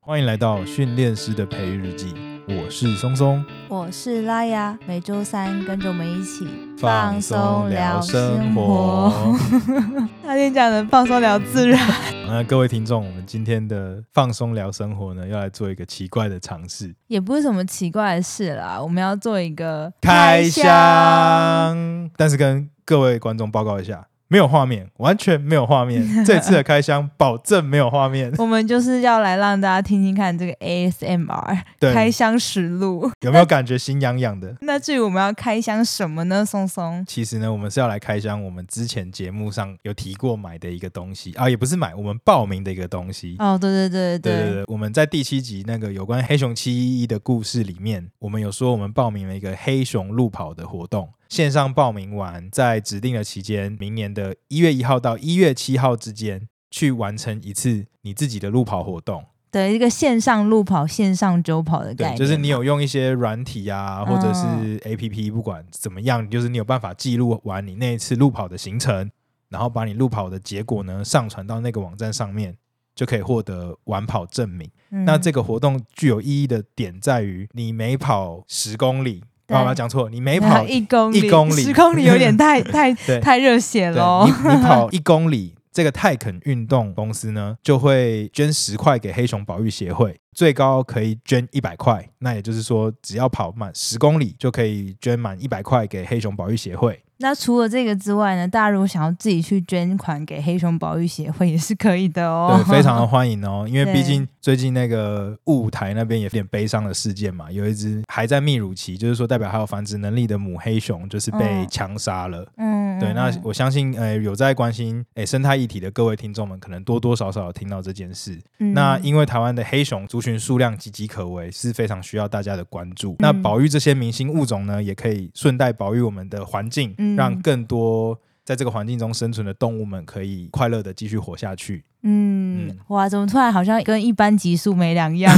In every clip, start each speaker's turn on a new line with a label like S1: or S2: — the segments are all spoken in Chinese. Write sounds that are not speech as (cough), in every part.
S1: 欢迎来到训练师的培育日记，我是松松，
S2: 我是拉雅，每周三跟着我们一起
S1: 放松聊生
S2: 放
S1: 活 (laughs)
S2: 松聊。 (laughs) 他今天讲的放松聊自然，
S1: 那各位听众，我们今天的放松聊生活呢，要来做一个奇怪的尝试，
S2: 也不是什么奇怪的事啦。我们要做一个
S1: 开
S2: 箱，
S1: 箱。但是跟各位观众报告一下，没有画面，完全没有画 (laughs) 面。这次的开箱保证没有画面。
S2: 我们就是要来让大家听听看这个 ASMR 开
S1: 对，
S2: 箱实录。
S1: 有没有感觉心痒痒的？
S2: 那至于我们要开箱什么呢？松松，
S1: 其实呢，我们是要来开箱我们之前节目上有提过买的一个东西啊，也不是买，我们报名的一个东西。
S2: 哦，对对对
S1: 对对对，我们在第七集那个有关黑熊七一一的故事里面，我们有说我们报名了一个黑熊路跑的活动，线上报名完，在指定的期间，明年的一月一号到一月七号之间，去完成一次你自己的路跑活动。
S2: 对，一个线上路跑、线上周跑的概
S1: 对，
S2: 念，嗯
S1: 就是你有用一些软体啊，或者是 A P P，不管怎么样，就是你有办法记录完你那一次路跑的行程，然后把你路跑的结果呢上传到那个网站上面，就可以获得完跑证明。
S2: 嗯
S1: 那这个活动具有意义的点在于，你每跑十公里，
S2: 对
S1: 啊我要讲错，你每
S2: (laughs)
S1: 跑
S2: 一公里，
S1: 一公里
S2: 十公里有点
S1: (laughs)
S2: 太太
S1: 对
S2: 太热血哦
S1: 对
S2: 喽
S1: 你。你跑一公里，这个泰肯运动公司呢就会捐十块给黑熊保育协会，最高可以捐一百块。那也就是说，只要跑满十公里就可以捐满一百块给黑熊保育协会。
S2: 那除了这个之外呢，大家如果想要自己去捐款给黑熊保育协会也是可以的哦。
S1: 对，非常的欢迎哦，因为毕
S2: 对
S1: 竟最近那个雾台那边也有点悲伤的事件嘛，有一只还在泌乳期，就是说代表还有繁殖能力的母黑熊，就是被
S2: 嗯
S1: 枪杀了。
S2: 嗯，嗯，
S1: 对，那
S2: 嗯
S1: 我相信，呃，有在关心诶生态议题的各位听众们，可能多多少少有听到这件事。
S2: 嗯
S1: 那因为台湾的黑熊族群数量岌岌可危，是非常需要大家的关
S2: 嗯
S1: 注。那保育这些明星物种呢，也可以顺带保育我们的环境，
S2: 嗯
S1: 让更多在这个环境中生存的动物们可以快乐的继续活下
S2: (laughs)
S1: 去。
S2: 嗯
S1: 嗯
S2: 嗯，哇，怎么突然好像跟一般集数没两
S1: (laughs)
S2: 样？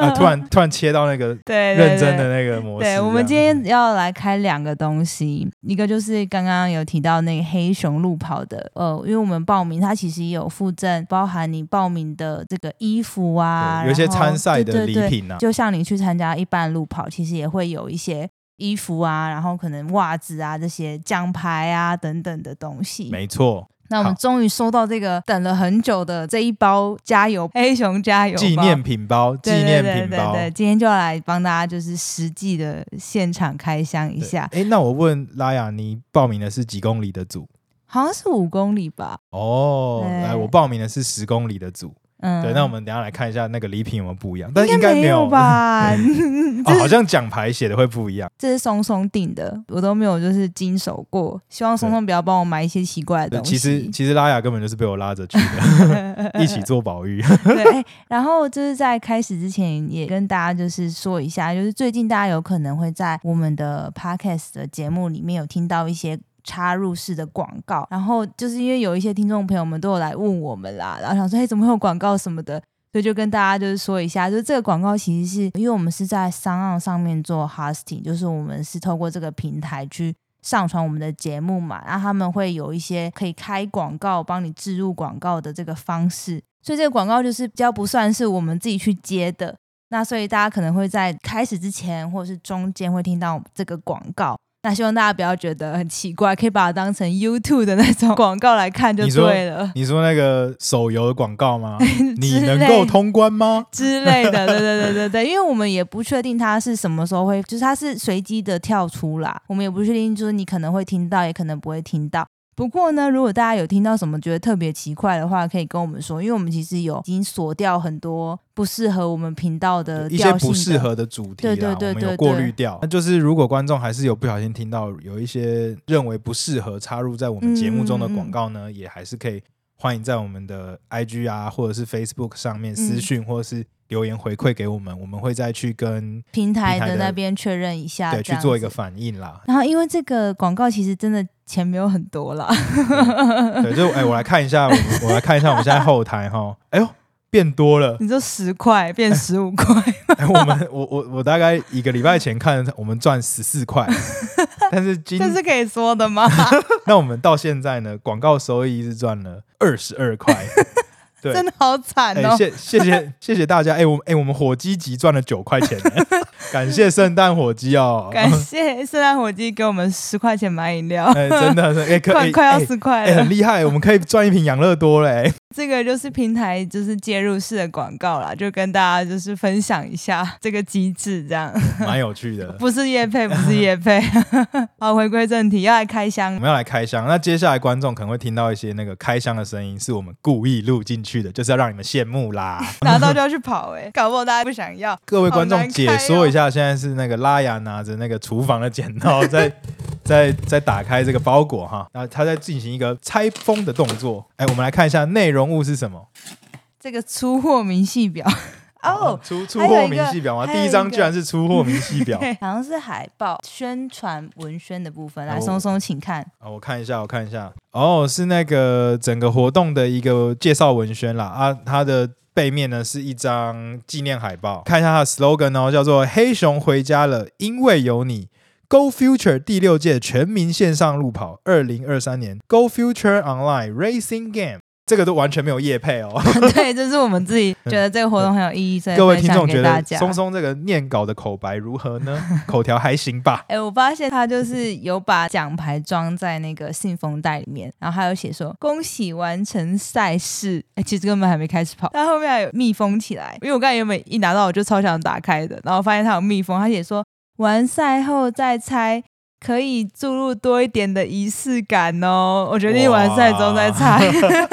S1: 啊，突然突然切到那个
S2: 对，对
S1: 认真。
S2: 对
S1: 的那个模式这啊
S2: 对，
S1: 样。
S2: 我们今天要来开两个东西，一个就是刚刚有提到那个黑熊路跑的，呃，因为我们报名，它其实也有附赠包含你报名的这个衣服啊，
S1: 对有一些
S2: 然后
S1: 参赛的
S2: 对对
S1: 礼
S2: 对
S1: 品啊，
S2: 就像你去参加一般路跑，其实也会有一些衣服啊，然后可能袜子啊这些奖牌啊等等的东西。
S1: 没错，
S2: 那我们
S1: 好
S2: 终于收到这个等了很久的这一包加油黑熊加油包
S1: 纪念品包，纪
S2: 对
S1: 念
S2: 对
S1: 品
S2: 对
S1: 包
S2: 对。对，今天就要来帮大家就是实际的现场开箱一下，
S1: 哎，诶那我问拉雅，你报名的是几公里的组？
S2: 好像是五公里吧？
S1: 哦，
S2: 对
S1: 来，我报名的是十公里的组。
S2: 嗯，
S1: 对，那我们等一下来看一下那个礼品有没有不一样，但
S2: 应
S1: 应该
S2: 没
S1: 没有？
S2: 吧？
S1: 哦，好像奖牌写的会不一样。
S2: (laughs) 这是松松订的，我都没有就是经手过，希望松松不要帮我买一些奇怪的
S1: 对，
S2: 东
S1: 其
S2: 西。
S1: 实其实拉雅根本就是被我拉着去
S2: (laughs)
S1: 的，一起做保育。 (laughs)
S2: 对，哎然后就是在开始之前也跟大家就是说一下，就是最近大家有可能会在我们的 podcast 的节目里面有听到一些。插入式的广告，然后就是因为有一些听众朋友们都有来问我们啦，然后想说，哎，怎么会有广告什么的？所以就跟大家就是说一下，就是这个广告其实是因为我们是在商岸上面做 hosting，就是我们是透过这个平台去上传我们的节目嘛，然后他们会有一些可以开广告、帮你置入广告的这个方式，所以这个广告就是比较不算是我们自己去接的。那所以大家可能会在开始之前或者是中间会听到这个广告，那希望大家不要觉得很奇怪，可以把它当成 YouTube 的那种广告来看就
S1: 你说
S2: 对了。
S1: 你说那个手游的广告
S2: (laughs)
S1: 吗？你
S2: 之
S1: 能
S2: 类
S1: 够通关吗？
S2: 之类的，对对对对对，因为我们也不确定它是什么时候会，就是它是随机的跳出啦，我们也不确定，就是你可能会听到，也可能不会听到。不过呢，如果大家有听到什么觉得特别奇怪的话，可以跟我们说，因为我们其实有已经锁掉很多不适合我们频道的
S1: 一些
S2: 呃调性
S1: 不
S2: 的
S1: 适。合的主题
S2: 对
S1: 啦，
S2: 对对
S1: 我们有
S2: 对
S1: 过
S2: 对
S1: 滤掉。那就是如果观众还是有不小心听到有一些认为不适合插入在我们节目中的
S2: 嗯
S1: 广告呢，也还是可以欢迎在我们的 IG 啊，或者是 Facebook 上
S2: 嗯
S1: 面私讯、或者是留言回馈给我们，我们会再去跟
S2: 平台
S1: 平台
S2: 的
S1: 的
S2: 那边确认一下，
S1: 对
S2: 这
S1: 去
S2: 样
S1: 做一个
S2: 子。。
S1: 反应啦
S2: 然后，因为这个广告其实真的钱没有很多啦， (laughs)
S1: 对， (laughs) 就哎、我来看一下，我们 (laughs) 我来看一下我们现在后台哈，哎呦变多了。
S2: 你说十块变十
S1: (laughs)
S2: 五块，
S1: 哎，我们我我我大概一个礼拜前看我们赚十四
S2: (laughs)
S1: 块，但是今
S2: 这是可以说的吗？
S1: (laughs)
S2: (laughs)
S1: 那我们到现在呢，广告收益是赚了二十二块，对
S2: 真的好惨
S1: 哎、
S2: 哦。
S1: 谢谢谢谢谢大家，哎、我们哎、我们火鸡集赚了九块钱 (laughs) 呢，感谢圣诞火鸡哦，
S2: 感谢圣诞火鸡给我们十块钱买饮料， (laughs)
S1: 哎、真的是哎、可
S2: 快
S1: 哎
S2: 快要
S1: 哎
S2: 十块
S1: 哎、
S2: 了。
S1: 很厉害，我们可以赚一瓶养乐多嘞、
S2: (laughs) 这个就是平台就是介入式的广告啦，就跟大家就是分享一下这个机制，这样
S1: 蛮有趣的。
S2: 不是叶配，不是叶配。 (laughs) 好，回归正题，要来开
S1: 我
S2: 箱。
S1: 们要来开箱，那接下来观众可能会听到一些那个开箱的声音，是我们故意录进去的，就是要让你们羡慕啦。
S2: 拿到就要去跑哎、搞不好大家不想要。
S1: 各位观
S2: 好
S1: 众
S2: 难
S1: 解
S2: 开
S1: 说
S2: 哦
S1: 一下，现在是那个拉雅拿着那个厨房的剪
S2: (laughs)
S1: 刀在在在打开这个包裹哈，然后他在进行一个拆封的动作。哎，我们来看一下内容物是什么
S2: 这个出货明
S1: (laughs)
S2: 细表哦，
S1: 出出
S2: 还有
S1: 货
S2: 一
S1: 明
S2: 个
S1: 细表吗？
S2: 还
S1: 第
S2: 有
S1: 一
S2: 一
S1: 张
S2: 个
S1: 居然是出货明细
S2: (laughs)
S1: 表
S2: 好像是海报宣传文宣的部分。来，
S1: 哦
S2: 松松，请看， (laughs)
S1: 啊！我看一下，我看一下，哦，是那个整个活动的一个介绍文宣啦啊，它的。背面呢是一张纪念海报，看一下它的 slogan 哦，叫做“黑熊回家了，因为有你”。Go Future 第六届全民线上路跑，二零二三年 Go Future Online Racing Game，这个都完全没有业配哦。
S2: 对，这是我们自己觉得这个活动很有意义，所
S1: (laughs)
S2: 以
S1: 各位
S2: 分
S1: 听
S2: 享
S1: 众
S2: 给
S1: 觉
S2: 大
S1: 得
S2: 家
S1: 松松这个念稿的口白如何
S2: (laughs)
S1: 呢？口条还行吧？
S2: 哎、我发现他就是有把奖牌装在那个信封袋里面，然后还有写说恭喜完成赛事。哎、其实根本还没开始跑，但后面还有密封起来，因为我刚才原本一拿到我就超想打开的，然后发现它有密封，他写说完赛后再拆。可以注入多一点的仪式感哦。我决定完赛之后再拆。
S1: (laughs)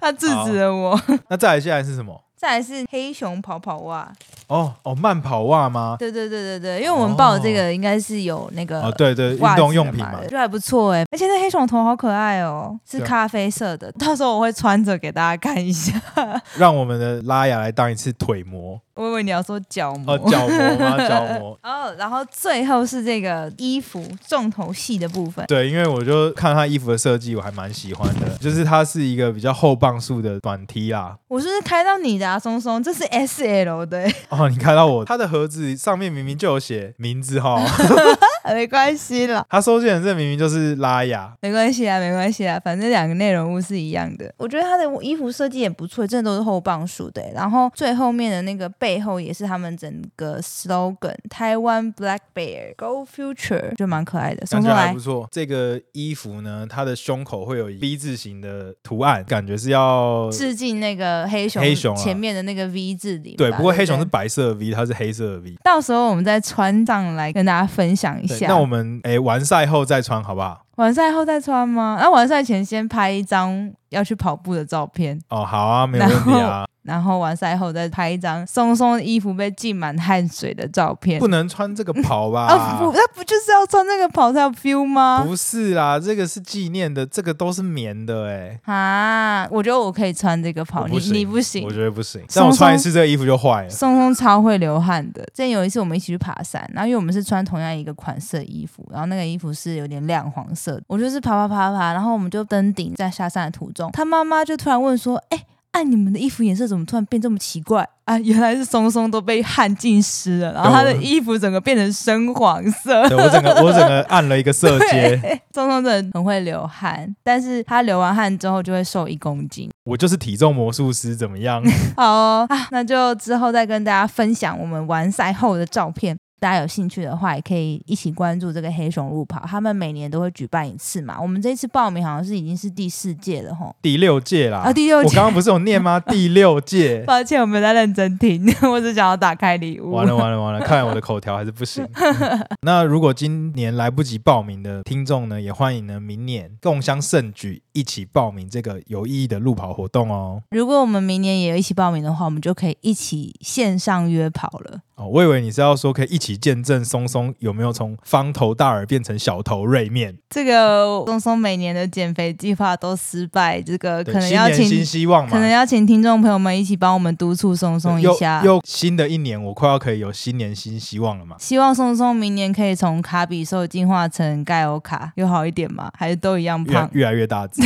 S2: 他制止了我。
S1: 那再来，下来是什么？
S2: (laughs) 再来是黑熊跑跑袜，
S1: 哦哦，慢跑袜吗？
S2: 对对对对对，因为我们报的这个应该是有那个、
S1: 哦，对对，运
S2: 呃袜子
S1: 动用品
S2: 嘛
S1: 嘛，，
S2: 就还不错哎、而且那黑熊头好可爱哦、是
S1: 对啊
S2: 咖啡色的，到时候我会穿着给大家看一下。 (laughs)
S1: 让我们的拉雅来当一次腿模，
S2: 我以为你要说角膜。
S1: 哦，脚模吗？脚模。
S2: 哦，然后最后是这个衣服重头戏的部分，
S1: 对，因为我就看他衣服的设计，我还蛮喜欢的，就是它是一个比较厚磅数的短 T 啊啦。
S2: 我是不是开到你的啊，松松，这是 S L 的、欸
S1: 哦，你看到我，它的盒子上面明明就有写名字哈，
S2: (laughs) 没关系啦，
S1: 它收件人这明明就是拉雅。
S2: 没关系啊啦，没关系啦，反正两个内容物是一样的。我觉得它的衣服设计也不错，真的都是厚磅数的、欸然后最后面的那个背后也是他们整个 slogan 台湾 Black Bear Go Future，就蛮可爱的。松
S1: 感
S2: 松
S1: 觉还
S2: 来
S1: 不，错，这个衣服呢，它的胸口会有 V 字形的图案，感觉是要
S2: 致敬那个黑熊，
S1: 黑熊啊
S2: 前面的那个 V 字里吧。
S1: 对，不过黑熊是
S2: 对
S1: 白色的 V，它是黑色的 V。
S2: 到时候我们再穿上来跟大家分享一
S1: 对
S2: 下。
S1: 那我们诶完赛后再穿好不好？
S2: 完赛后再穿吗？啊那完赛前先拍一张要去跑步的照片，
S1: 哦，好啊，没有问题
S2: 然
S1: 啊。
S2: 然后完赛后再拍一张松松衣服被浸满汗水的照片
S1: 不。能穿这个袍吧？
S2: (laughs) 啊不，啊那不就是要穿那个跑才有 feel 吗？
S1: 不是啦，这个是纪念的，这个都是棉的哎、
S2: 啊，我觉得我可以穿这个跑，
S1: 我
S2: 你
S1: 不行
S2: 你不行
S1: 我。觉得不行。
S2: 松
S1: 但我穿一次这个衣服就坏
S2: (laughs)
S1: 了。
S2: 松松超会流汗的。之前有一次我们一起去爬山，然后因为我们是穿同样一个款式的衣服，然后那个衣服是有点亮黄色的。我就是爬爬爬爬，然后我们就登顶，在下山的途中，他妈妈就突然问说：“哎、哎，你们的衣服颜色怎么突然变这么奇怪啊？原来是松松都被汗浸湿了，然后他的衣服整个变成深黄色。” (laughs)
S1: 对我整个我整个按了一个色阶，
S2: 松松真的很会流汗，但是他流完汗之后就会瘦一公斤。
S1: 我就是体重魔术师，怎么
S2: (laughs)
S1: 样？
S2: 好哦、啊，那就之后再跟大家分享我们完赛后的照片。大家有兴趣的话，也可以一起关注这个黑熊路跑，他们每年都会举办一次嘛。我们这一次报名好像是已经是第四届了吼，
S1: 第六届啦，
S2: 啊，第六
S1: 我
S2: 届。
S1: 刚刚不是有念吗？第六届，
S2: (laughs) 抱歉，我没有在认真听，我只想要打开礼物
S1: 完。了完了完了，看来我的口条还是不
S2: (laughs)
S1: 行。嗯那如果今年来不及报名的听众呢，也欢迎呢明年共襄盛举，一起报名这个有意义的路跑活动哦。
S2: 如果我们明年也一起报名的话，我们就可以一起线上约跑了。
S1: 哦，我以为你是要说可以一起见证松松有没有从方头大耳变成小头锐面，
S2: 这个松松每年的减肥计划都失败，这个
S1: 对
S2: 可能
S1: 新
S2: 要
S1: 年
S2: 请
S1: 新希望嘛
S2: 可能。要请听众朋友们一起帮我们督促松松
S1: 对
S2: 一
S1: 又
S2: 下。
S1: 又新的一年，我快要可以有新年新希望了嘛？
S2: 希望松松明年可以从卡比兽进化成盖欧卡，有好一点吗？还是都一样
S1: 越来
S2: 胖？
S1: 越来越大只，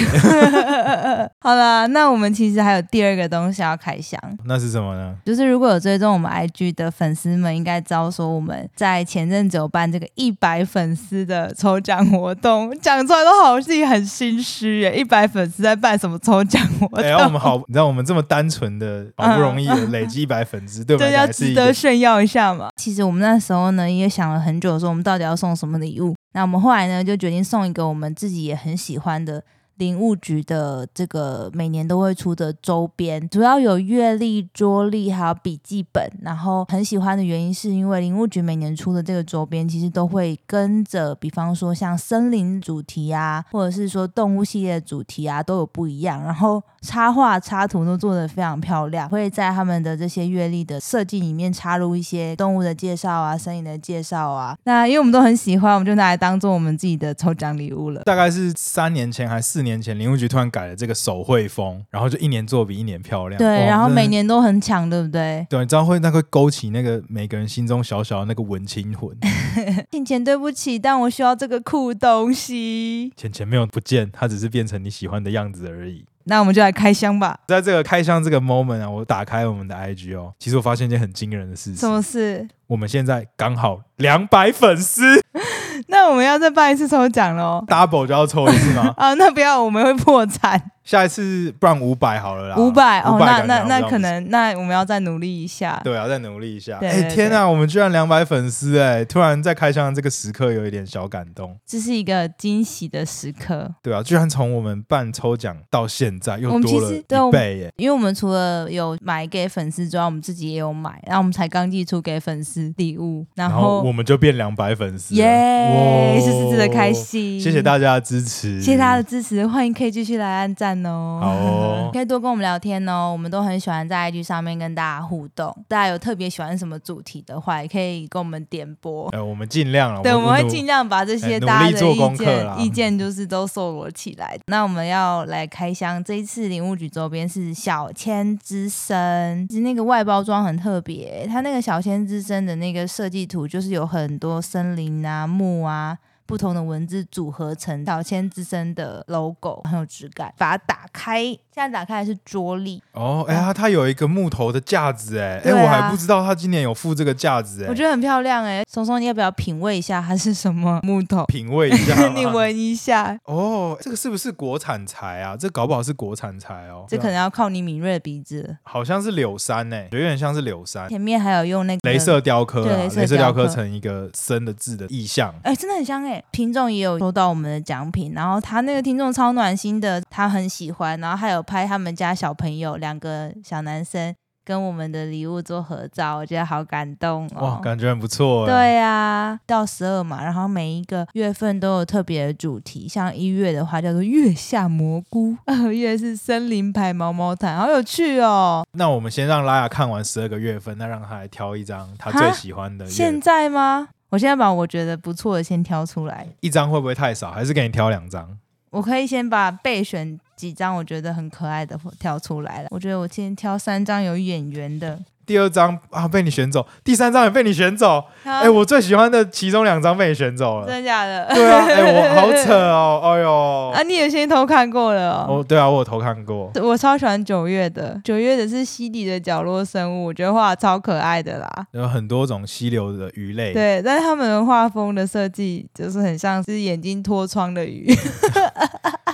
S2: (laughs)
S1: (laughs)
S2: 好啦，那我们其实还有第二个东西要开箱， (laughs)
S1: 那是什么呢？
S2: 就是如果有追踪我们 IG 的粉丝们应该知道，说我们在前阵子有办这个一百粉丝的抽奖活动，讲出来都好自己很心虚耶！一百粉丝在办什么抽奖活动？
S1: 哎、呀，我们好，你知道我们这么单纯的，
S2: (laughs)
S1: 好不容易累积一百粉丝，对我们
S2: 嗯对，
S1: 来
S2: 要
S1: 讲是
S2: 值
S1: 一个
S2: 得炫耀一下嘛。其实我们那时候呢，也想了很久，说我们到底要送什么礼物。那我们后来呢，就决定送一个我们自己也很喜欢的林务局的这个每年都会出的周边，主要有月历、桌历还有笔记本。然后很喜欢的原因是因为林务局每年出的这个周边，其实都会跟着，比方说像森林主题啊，或者是说动物系列的主题啊，都有不一样。然后插画、插图都做得非常漂亮，会在他们的这些阅历的设计里面插入一些动物的介绍啊、森林的介绍啊。那因为我们都很喜欢，我们就拿来当做我们自己的抽奖礼物了。
S1: 大概是三年前还是四年前，林务局突然改了这个手绘风，然后就一年做比一年漂亮。
S2: 对，
S1: 哇
S2: 然后
S1: 真的
S2: 每年都很抢，对不对？
S1: 对，你知道会那个勾起那个每个人心中小小的那个文青魂。
S2: 金钱，对不起，但我需要这个酷东西。
S1: 钱钱没有不见，它只是变成你喜欢的样子而已。
S2: 那我们就来开箱吧。
S1: 在这个开箱这个 moment 啊，我打开我们的 IG 哦，其实我发现一件很惊人的事
S2: 什
S1: 情，
S2: 么事？
S1: 我们现在刚好两百粉丝
S2: 那我们要再办一次抽奖喽。
S1: ，double 就要抽一次吗？ (laughs)
S2: 啊，那不要，我们会破产。
S1: 下一次不然五百好了啦，
S2: 五百哦，
S1: 500
S2: 那
S1: 啊感觉
S2: 那
S1: 好像
S2: 那
S1: 不
S2: 可
S1: 行
S2: 能，那我们要再努力一下。
S1: 对啊，再努力一下。
S2: 对
S1: 哎、
S2: 对
S1: 天啊，我们居然两百粉丝哎、突然在开箱的这个时刻有一点小感动。
S2: 这是一个惊喜的时刻。
S1: 对啊，居然从我们办抽奖到现在又
S2: 我们
S1: 多
S2: 其
S1: 了
S2: 实对啊我
S1: 一
S2: 们
S1: 倍耶、
S2: 因为我们除了有买给粉丝之外，我们自己也有买，然后我们才刚寄出给粉丝礼物，然
S1: 然后
S2: 后
S1: 我们就变两百粉丝了，
S2: 耶，
S1: 哇
S2: 是是是的开心，
S1: 谢谢大家的支持，
S2: 谢谢大家的支持，欢迎可以继续来按赞哦，
S1: 好哦
S2: (laughs) 可以多跟我们聊天哦，我们都很喜欢在 IG 上面跟大家互动，大家有特别喜欢什么主题的话，也可以跟我们点播。
S1: 呃，我们尽量了，
S2: 对，我们会
S1: 努
S2: 尽量把这些
S1: 哎努
S2: 大
S1: 力
S2: 家的
S1: 做
S2: 意
S1: 功课
S2: 见
S1: 啦
S2: 意见就是都搜罗起来。那我们要来开箱，这一次林务局周边是小千之森，其实那个外包装很特别，它那个小千之森的那个设计图就是有很多森林啊、木啊。不同的文字组合成小千之森的 logo，很有质感。把它打开，现在打开的是桌历，
S1: 哦，哎、呀，它有一个木头的架子哎、哎、
S2: 嗯对啊
S1: 我还不知道它今年有附这个架子哎、
S2: 我觉得很漂亮哎、松松，你要不要品味一下它是什么木
S1: (laughs)
S2: 头？ (laughs)
S1: 品味一下
S2: 你
S1: 嘛
S2: 闻一下，
S1: 哦，这个是不是国产材啊？这搞不好是国产材哦，
S2: 这可能要靠你敏锐的鼻子了。
S1: 好像是柳杉呢、有点像是柳杉，
S2: 前面还有用那个
S1: 镭，射雕刻啊，
S2: 对镭射
S1: 镭射雕
S2: 雕
S1: 刻
S2: 刻
S1: 成一个生的字的意象。
S2: 哎、真的很香哎、听众也有收到我们的奖品，然后他那个听众超暖心的，他很喜欢，然后还有拍他们家小朋友两个小男生跟我们的礼物做合照，我觉得好感动
S1: 哇
S2: 哦，。
S1: 感觉很不错哎、
S2: 对啊，到十二嘛，然后每一个月份都有特别的主题，像一月的话叫做月下蘑菇，二月是森林牌毛毛毯，好有趣哦。
S1: 那我们先让拉雅看完十二个月份，那让她来挑一张她最喜欢的月
S2: 现在吗？我现在把我觉得不错的先挑出来，
S1: 一张会不会太少？还是给你挑两张？
S2: 我可以先把备选几张我觉得很可爱的挑出来了。我觉得我今天挑三张有眼缘的。
S1: 第二张啊被你选走，第三张也被你选走。
S2: 哎
S1: 哎、我最喜欢的其中两张被你选走了。
S2: 真的假的？
S1: 对啊，哎、我好扯哦，哎呦，
S2: (laughs) 啊，你也先偷看过了哦。
S1: 哦，对啊，我有偷看过。
S2: 我超喜欢九月的，九月的是溪底的角落生物，我觉得画得超可爱的啦。
S1: 有很多种溪流的鱼类，
S2: 对，但是他们的画风的设计就是很像是眼睛脱窗的鱼。 (laughs)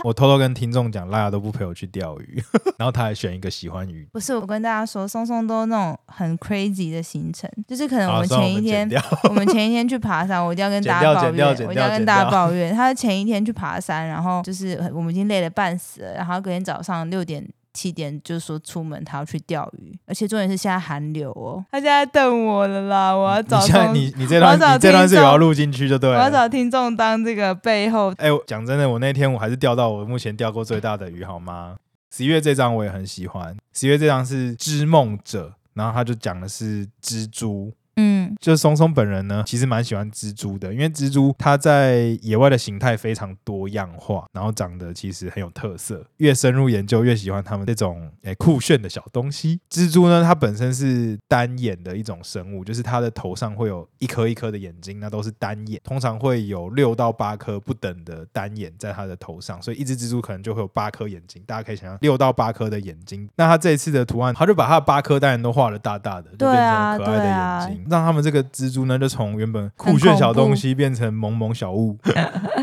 S1: 我偷偷跟听众讲，拉雅都不陪我去钓鱼， (laughs) 然后他还选一个喜欢鱼。
S2: 不是，我跟大家说，松松都那种很 crazy 的行程，就是可能我
S1: 好
S2: 们
S1: 算
S2: 前一天
S1: 剪掉
S2: (laughs) 我们前一天去爬山，我一定要跟大家抱
S1: 剪掉
S2: 怨
S1: 剪，掉
S2: 我一定要跟
S1: 剪掉
S2: 大家 (laughs) 抱怨。他前一天去爬山，然后就是我们已经累得半死了，然后隔天早上六点。七点就说出门，他要去钓鱼，而且重点是现在寒流哦，他现在瞪我了啦！我要
S1: 你
S2: 找
S1: 现在
S2: 松，
S1: 你你这
S2: 我要
S1: 段
S2: 找
S1: 你这段是
S2: 听
S1: 有
S2: 众
S1: 要录进去就对
S2: 我要
S1: 了。
S2: 找听众当这个背后
S1: 哎、我讲真的，我那天我还是钓到我目前钓过最大的鱼，好吗？十一月这张我也很喜欢，十一月这张是《织梦者》，然后他就讲的是蜘蛛，
S2: 嗯嗯
S1: 就是松松本人呢，其实蛮喜欢蜘蛛的，因为蜘蛛它在野外的形态非常多样化，然后长得其实很有特色。越深入研究，越喜欢它们这种诶、酷炫的小东西。蜘蛛呢，它本身是单眼的一种生物，就是它的头上会有一颗一颗的眼睛，那都是单眼，通常会有六到八颗不等的单眼在它的头上，所以一只蜘蛛可能就会有八颗眼睛。大家可以想象六到八颗的眼睛。那它这一次的图案，它就把它的八颗单眼都画的大大的，就变
S2: 对啊
S1: 成可爱的
S2: 对
S1: 眼
S2: 啊
S1: 睛。让他们这个蜘蛛呢，就从原本酷
S2: 很
S1: 炫
S2: 恐
S1: 小东
S2: 怖
S1: 西变成萌萌小
S2: (laughs)
S1: 物，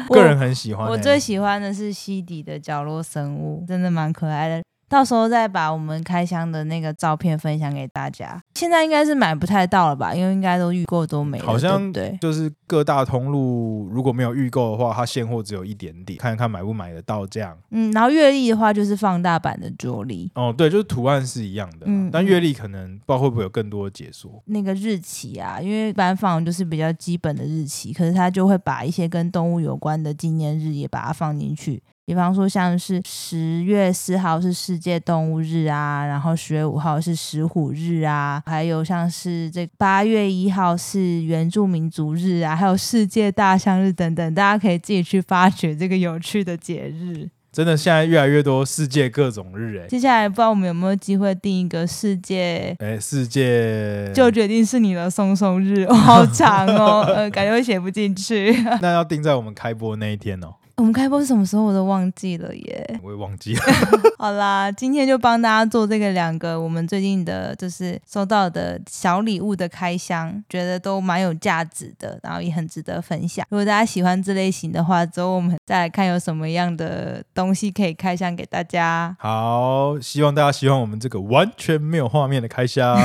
S2: 我
S1: 个人很喜欢欸、
S2: 我最喜欢的是西底的角落生物，真的蛮可爱的。到时候再把我们开箱的那个照片分享给大家。现在应该是买不太到了吧，因为应该都预购都没了，
S1: 好像
S2: 对不对。
S1: 就是各大通路如果没有预购的话，它现货只有一点点，看看买不买得到这样。
S2: 嗯，然后月历的话就是放大版的着力，
S1: 哦，对，就是图案是一样的啦，
S2: 嗯
S1: 但
S2: 嗯
S1: 阅历可能不知道会不会有更多的解说。
S2: 那个日期啊，因为班访就是比较基本的日期，可是他就会把一些跟动物有关的纪念日也把它放进去。比方说，像是十月四号是世界动物日啊，然后十月五号是石虎日啊，还有像是这八月一号是原住民族日啊，还有世界大象日等等，大家可以自己去发掘这个有趣的节日。
S1: 真的，现在越来越多世界各种日、
S2: (laughs)
S1: 欸，
S2: 接下来，不知道我们有没有机会定一个世界
S1: 哎、世界
S2: 就决定是你的送送日， (laughs) 哦、好长哦，呃，感觉会写不进去。
S1: 那要定在我们开播那一天哦，
S2: (laughs) 我们开播是什么时候我都忘记了耶。
S1: 我也忘记了。
S2: (laughs) 好啦，今天就帮大家做这个两个我们最近的，就是收到的小礼物的开箱，觉得都蛮有价值的，然后也很值得分享。如果大家喜欢这类型的话，之后我们再来看有什么样的东西可以开箱给大家。
S1: 好，希望大家喜欢我们这个完全没有画面的开箱。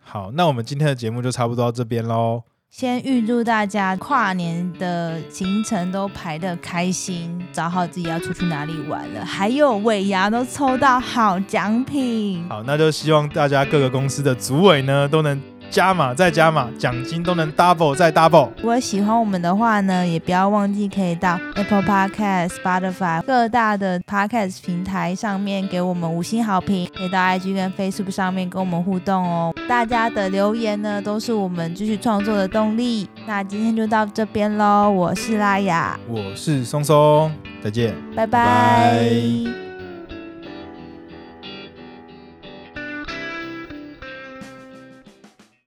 S1: 好，那我们今天的节目就差不多到这边喽。
S2: 先预祝大家跨年的行程都排得开心，找好自己要出去哪里玩了，还有尾牙都抽到好奖品。
S1: 好，那就希望大家各个公司的组委呢都能加码再加码，奖金都能 double 再 double。
S2: 如果喜欢我们的话呢，也不要忘记可以到 Apple Podcast、Spotify 各大的 Podcast 平台上面给我们五星好评，也到 IG 跟 Facebook 上面跟我们互动哦。大家的留言呢，都是我们继续创作的动力。那今天就到这边喽，我是拉雅，
S1: 我是松松，再见。拜
S2: 拜拜。
S1: 拜